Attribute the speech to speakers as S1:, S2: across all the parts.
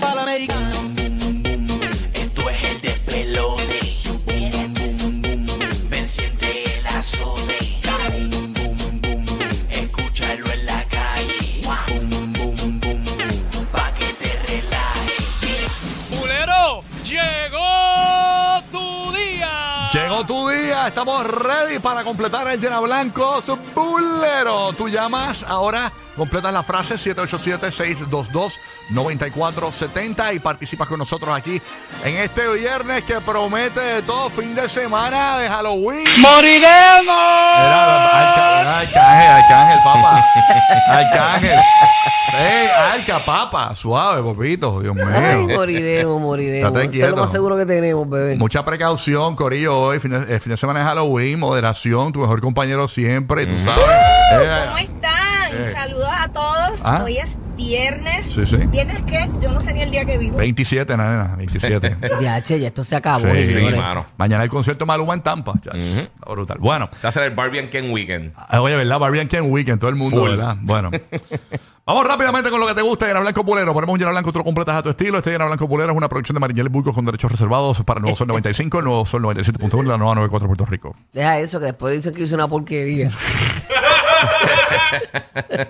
S1: para la americana.
S2: Esto es el despelote. Ven, siente el azote. Escúchalo en la calle. Pa' que te relajes.
S3: ¡Culero! ¡Llegó tu día!
S4: Llegó tu día, estamos ready para completar el llena blanco bulero. Tú llamas ahora, completas la frase 787-622-9470 y participas con nosotros aquí en este viernes que promete de todo fin de semana de Halloween.
S3: ¡Moriremos!
S4: Era, Arca- Arcángel, Arcángel, papa. Arcángel. Ey, Arca, papa. Suave, popito. Dios mío.
S5: Ay, moriremos, moriremos.
S4: Estate
S5: Eso es
S4: quieto.
S5: lo más seguro que tenemos, bebé.
S4: Mucha precaución, Corillo, hoy, fin de, eh, fin de semana es Halloween, moderación, tu mejor compañero siempre, tú sabes. Eh,
S6: ¿Cómo están? Saludos a todos.
S4: Ah.
S6: Hoy es viernes.
S4: Sí, sí.
S6: ¿Viernes qué? Yo no sé ni el día que vivo.
S4: 27, nena, 27.
S5: Ya, che, ya esto se acabó.
S4: Sí,
S7: Sí,
S5: señores.
S7: mano.
S4: Mañana el concierto de Maluma en Tampa, chach. Está brutal. Bueno,
S7: Va a ser el Barbie and Ken Weekend.
S4: ah, oye, ¿verdad? Barbie and Ken Weekend, todo el mundo,
S7: Full.
S4: ¿verdad? Bueno. Vamos rápidamente con lo que te gusta, Llena Blanco Pulero. Ponemos un Llena Blanco, tú lo completas a tu estilo. Este Llena Blanco Pulero es una producción de Mariñel Burgos con derechos reservados para el Nuevo Sol 95, el Nuevo Sol 97.1 y la nueva 94 Puerto Rico.
S5: Deja eso, que después dicen que hice una porquería.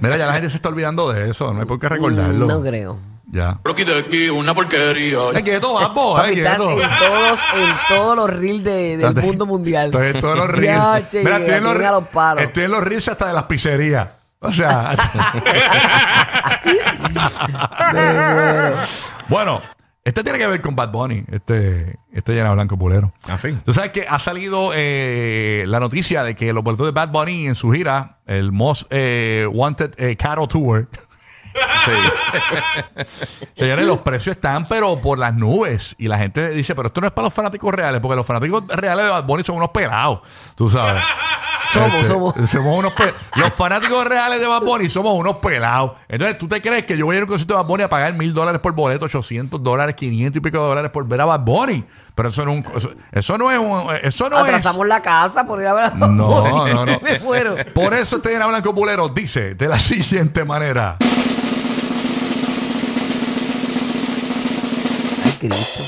S4: Mira, ya la gente se está olvidando de eso, no hay por qué recordarlo.
S5: No creo.
S4: Ya.
S2: Rocky de aquí, una porquería.
S4: Es quieto, Babbo, es
S5: Papi, estás
S4: Oh, quieto.
S5: en todos, en todos los reels de- del
S4: Espérate.
S5: mundo mundial.
S4: Estoy en todos los reels.
S5: Ya, che,
S4: Mira, estoy en los,
S5: tienen a los palos.
S4: estoy en los reels hasta de las pizzerías. O sea. bueno, este tiene que ver con Bad Bunny, este, este llena blanco pulero.
S7: Así.
S4: Tú sabes que ha salido eh, la noticia de que los boletos de Bad Bunny en su gira, el Most eh, Wanted eh, Cattle Tour. Señores, los precios están, pero por las nubes. Y la gente dice, pero esto no es para los fanáticos reales, porque los fanáticos reales de Bad Bunny son unos pelados, tú sabes. Este,
S5: Somos, somos.
S4: unos pe- Los fanáticos reales de Bad Bunny somos unos pelados. Entonces, ¿tú te crees que yo voy a ir a un concierto de Bad Bunny a pagar mil dólares por boleto, 800 dólares, 500 y pico de dólares por ver a Bad Bunny? Pero eso no, es un- eso, eso no es un- Eso no
S5: Atrasamos la casa por ir a ver a
S4: es... No, no, no.
S5: Me muero.
S4: Por eso este Llena Blanco Pulero dice de la siguiente manera.
S5: Ay, Cristo.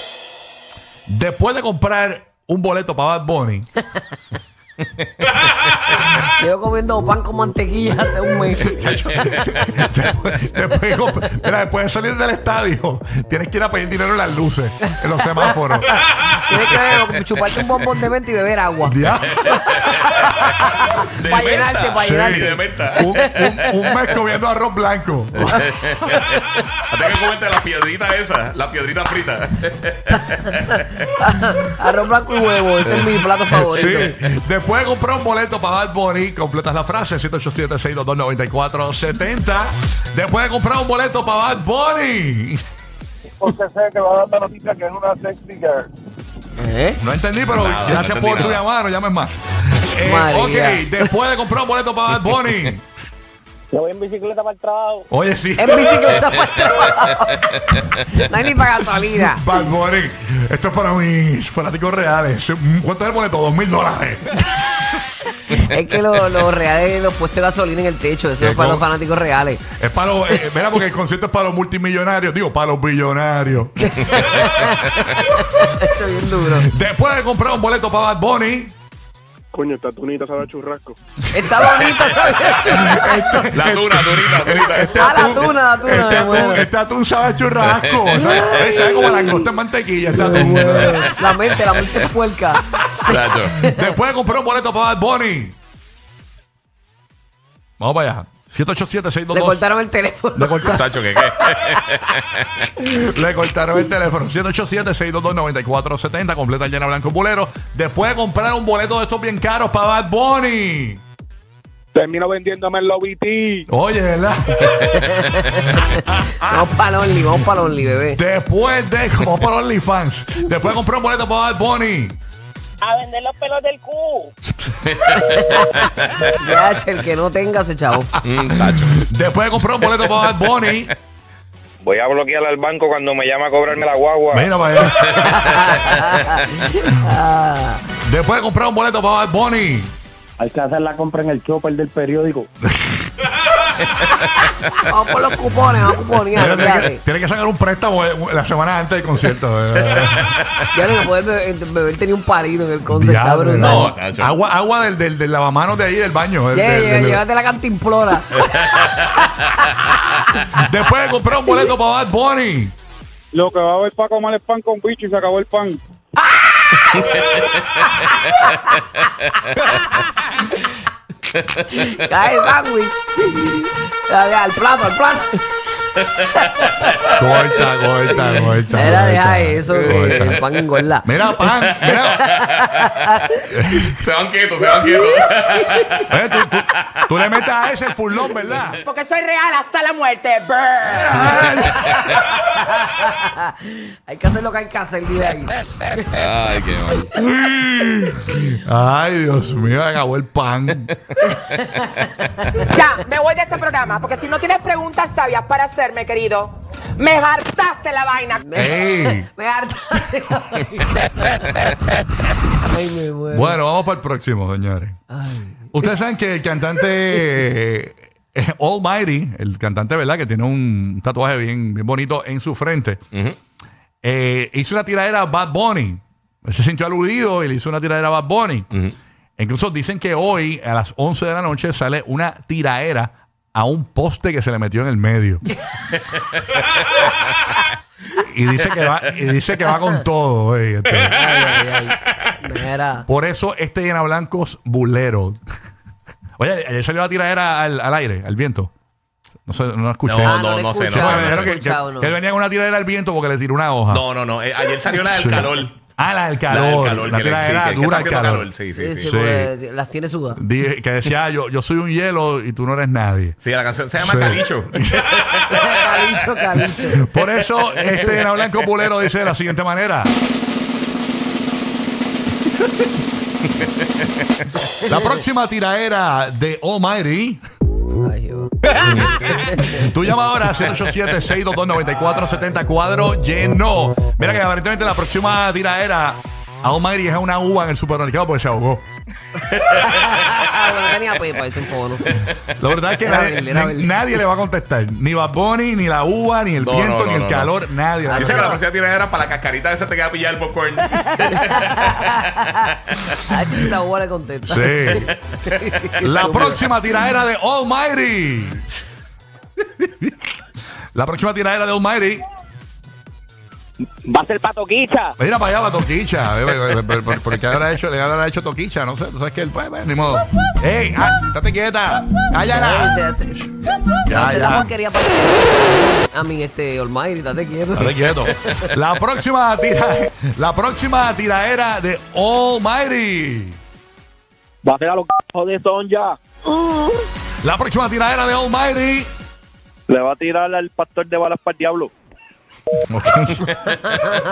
S4: Después de comprar un boleto para Bad Bunny,
S5: Llevo comiendo pan con mantequilla hasta un mes.
S4: después, después de comp- mira, después de salir del estadio, tienes que ir a pedir dinero en las luces, en los semáforos.
S5: Tienes que ver, chuparte un bombón de menta y beber agua.
S4: Ya.
S5: Para llenarte, para
S4: Sí.
S5: llenarte.
S7: de menta.
S4: Un, un- un mes comiendo arroz blanco.
S7: Hasta que comerte las piedritas esas, las piedritas fritas.
S5: Arroz blanco y huevo, ese es mi plato favorito.
S4: Sí. Después de comprar un boleto para Bad Bunny, completas la frase 787-622-9470. Después de comprar un boleto para Bad Bunny.
S8: porque sé que va a dar la noticia que es una sexy girl.
S5: ¿Eh?
S4: No entendí, pero
S7: Nada, no
S4: gracias
S7: entendí
S4: por tu
S7: nada.
S4: llamada, no llames más. Eh,
S5: María.
S4: ok, después de comprar un boleto para Bad Bunny.
S8: Yo voy en bicicleta para el trabajo.
S4: Oye, sí.
S5: En bicicleta para el trabajo. No hay ni para gasolina.
S4: Bad Bunny, esto es para mis fanáticos reales. Mm, ¿Cuánto es el boleto? Dos mil dólares.
S5: Es que los los reales, los puestos de gasolina en el techo, eso es para
S4: ¿Cómo?
S5: los fanáticos reales.
S4: Es para los. eh, mira, porque el concierto es para los multimillonarios. Digo, para los billonarios.
S5: Eso es bien duro.
S4: Después de comprar un boleto para Bad Bunny.
S8: Coño, esta tunita sabe a churrasco.
S5: Está bonita, ¿sabes?
S7: La dura, durita, durita.
S4: Este
S5: Ah, la tuna, la tuna,
S4: Este
S5: me
S4: atún,
S5: muero.
S4: este atún sabe a churrasco. ¿sabes? Sabe como a langosta en mantequilla. Este atún.
S5: La mente, la mente es puerca.
S7: Chacho.
S4: Después de comprar un boleto para Bad Bunny. Vamos para allá. 787
S5: Le
S4: 622
S5: cortaron el teléfono.
S7: Chacho, ¿qué qué?
S4: Le cortaron el teléfono. 787-622-9470. Completa el llena blanco bulero. Después de comprar un boleto de estos bien caros para Bad Bunny.
S8: Termino vendiéndome el Lobiti.
S4: Oye, ¿verdad?
S5: Vamos
S4: Ah.
S5: para Only, vamos para Only, bebé.
S4: Después de. Como para OnlyFans. Después de comprar un boleto para Bad Bunny.
S9: a vender los pelos del cu.
S5: Ya, che, el que no tenga ese chavo.
S7: Mm, Chacho.
S4: Después de comprar un boleto para Bad Bunny.
S8: Voy a bloquear al banco cuando me llama a cobrarme la guagua.
S4: Mira para allá. Después de comprar un boleto para Bad Bunny.
S8: Hay que hacer la compra en el chopper del periódico.
S5: Vamos por los cupones, vamos a cuponear.
S4: Pero tiene, que,
S5: olvídate.
S4: tiene que sacar un préstamo eh, la semana antes del concierto. eh.
S5: Ya no puedes beber, beber tenía un palito en el concierto. está
S4: Diablo,
S5: brutal.
S4: no.
S7: Tacho.
S4: agua agua del, del, del lavamanos de ahí, del baño. del-
S5: Yeah,
S4: del-
S5: yeah,
S4: del-
S5: llévate la cantimplora.
S4: Después de comprar un boleto para Bad Bunny.
S1: Lo que va a haber para comer es pan con bicho y se acabó el pan.
S5: Cae el sándwich. Ya, ya, Al plato, al plato.
S4: Corta, corta, corta.
S5: Mira, deja
S4: corta,
S5: eso, que
S4: corta.
S5: el pan engorda.
S4: Mira, pan, mira.
S7: Se van quietos, se van quietos.
S4: Oye, tú, tú- tú le metes a ese el furlón, ¿verdad?
S9: Porque soy real hasta la muerte. brr.
S5: Hay que hacer lo que hay que hacer, dile ahí.
S7: Ay, qué mal.
S4: Ay, Dios mío, acabó el pan.
S9: Ya, me voy de este programa, porque si no tienes preguntas sabias para hacerme, querido, me hartaste la vaina.
S4: Ey.
S5: Me harta. Ay, me muero.
S4: Bueno, vamos para el próximo, señores. Ustedes saben que el cantante eh, eh, Almighty, el cantante, ¿verdad? Que tiene un tatuaje bien, bien bonito en su frente, eh, hizo una tiradera a Bad Bunny. Él Se sintió aludido y le hizo una tiradera a Bad Bunny. Incluso dicen que hoy, a las 11 de la noche, sale una tiraera a un poste que se le metió en el medio. y, dice que va, y dice que va con todo. oye, este.
S5: Ay, ay, ay. Mira.
S4: Por eso este llena blancos bulero. Oye, ayer salió la tiradera al, al aire, al viento. No sé, no la escuché.
S7: No,
S5: Ah,
S7: no,
S5: le
S7: no sé,
S5: he
S7: no sé,
S5: escuchado, le
S7: no
S4: Pero me dijeron
S5: he
S4: que, que,
S5: escuchado, no.
S4: que él venía con una tiradera al viento porque le tiró una hoja.
S7: No, no, no. Eh, ayer salió la del
S4: Sí.
S7: calor.
S4: Ah, la del
S7: La del
S4: calor.
S7: calor.
S4: La
S7: que le- sí,
S4: tiradera
S7: que- que está
S4: dura al
S7: haciendo
S4: calor.
S5: Sí,
S7: Sí, sí, sí.
S5: sí, porque Las tiene sudadas.
S4: Dije- que decía, yo, yo soy un hielo y tú no eres nadie.
S7: Sí, la canción se llama
S4: Sí.
S7: Calicho.
S5: calicho, calicho.
S4: Por eso este llena blanco bulero dice de la siguiente manera. La próxima tiraera de Almighty
S5: Ay, Dios.
S4: Tú llama ahora a 787-622-9470 cuadro lleno. Mira que aparentemente la próxima tiradera a Almighty es una uva en el supermercado porque se ahogó.
S5: Ah, bueno, tenía pepa, ese fono.
S4: La verdad es que
S5: Era
S4: nadie,
S5: Billy, era
S4: ni-
S5: Billy.
S4: nadie le va a contestar. Ni Bad Bunny, ni la uva, ni el
S7: No,
S4: viento,
S7: no,
S4: ni
S7: no,
S4: el
S7: no.
S4: calor. Nadie. le va a
S7: Dice que la
S4: contestar.
S7: próxima tiradera era para la cascarita esa te queda pillar el popcorn.
S5: Ah, si la uva le contesta.
S4: Sí. La próxima tiradera de Almighty. La próxima tiradera de Almighty.
S9: Va a ser patoquicha.
S4: Mira para allá va Toquicha. Ve, ve, ve, ve, ¿Por qué habrá hecho, le habrá hecho Toquicha? No sé, tú sabes que él, pues, pues, ni modo. ¡Ey! ah, ¡Estate quieta! ¡Cállala!
S5: Ya,
S4: Ya,
S5: ya.
S4: ya.
S5: la porquería para A mí, este, Olmairi, estate quieto.
S4: Estate quieto. La próxima tira, la próxima tiraera de Almighty.
S1: Va a ser a los c***os de son ya.
S4: La próxima tiraera de Almighty.
S1: Le va a tirar al pastor de balas para el diablo.
S5: Ah,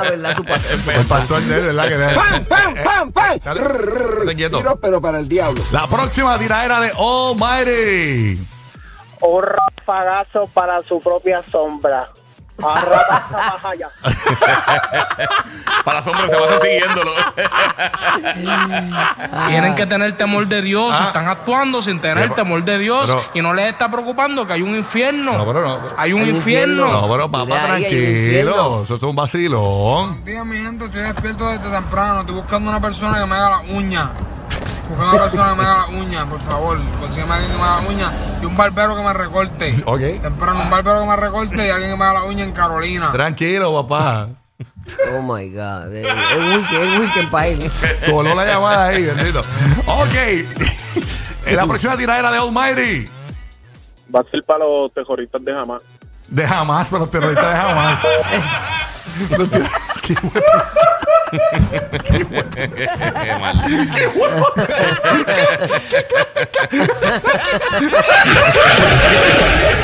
S5: ¿verdad? Su padre.
S4: El pastor de él, ¿verdad? Que le-
S10: ¡Pam, pam, pam, pam!
S4: Dale,
S10: Rrrr,
S4: estate quieto.
S10: Tiro, pero para el diablo.
S4: La próxima tiraera de Almighty.
S9: Un rafagazo para su propia sombra.
S7: para los hombres se pasan siguiéndolo.
S11: Tienen que tener temor de Dios.
S4: Ah.
S11: Están actuando sin tener
S4: Pero-
S11: temor de Dios
S4: pero-
S11: y no les está preocupando que hay un infierno.
S4: No, pero no.
S11: hay un
S5: Hay un
S11: infierno.
S5: infierno.
S4: No, pero papá,
S5: Mira, ahí hay un
S4: tranquilo.
S5: infierno.
S4: Eso es un vacilón.
S10: Día, mi gente, estoy despierto desde temprano. Estoy buscando una persona que me haga la uña. Buscando una persona que me haga la uña, por favor. Consígueme a alguien que me haga la uña y un barbero que me recorte.
S4: Ok.
S10: Temprano, un barbero que me recorte y alguien que me haga la uña en Carolina.
S4: Tranquilo, papá.
S5: Oh my God. Eh, Es weekend, es weekend para él.
S4: Coló la llamada ahí, bendito. Ok. En la próxima tiradera de Almighty.
S1: Va a ser para los tejoristas de jamás.
S4: De jamás, pero los terroristas de jamás. Los tir- Qué hue-
S7: Qué mal.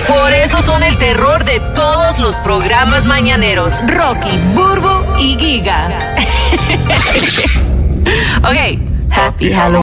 S6: Por eso son el terror de todos los programas mañaneros. Rocky, Burbo y Giga. ok, happy Halloween.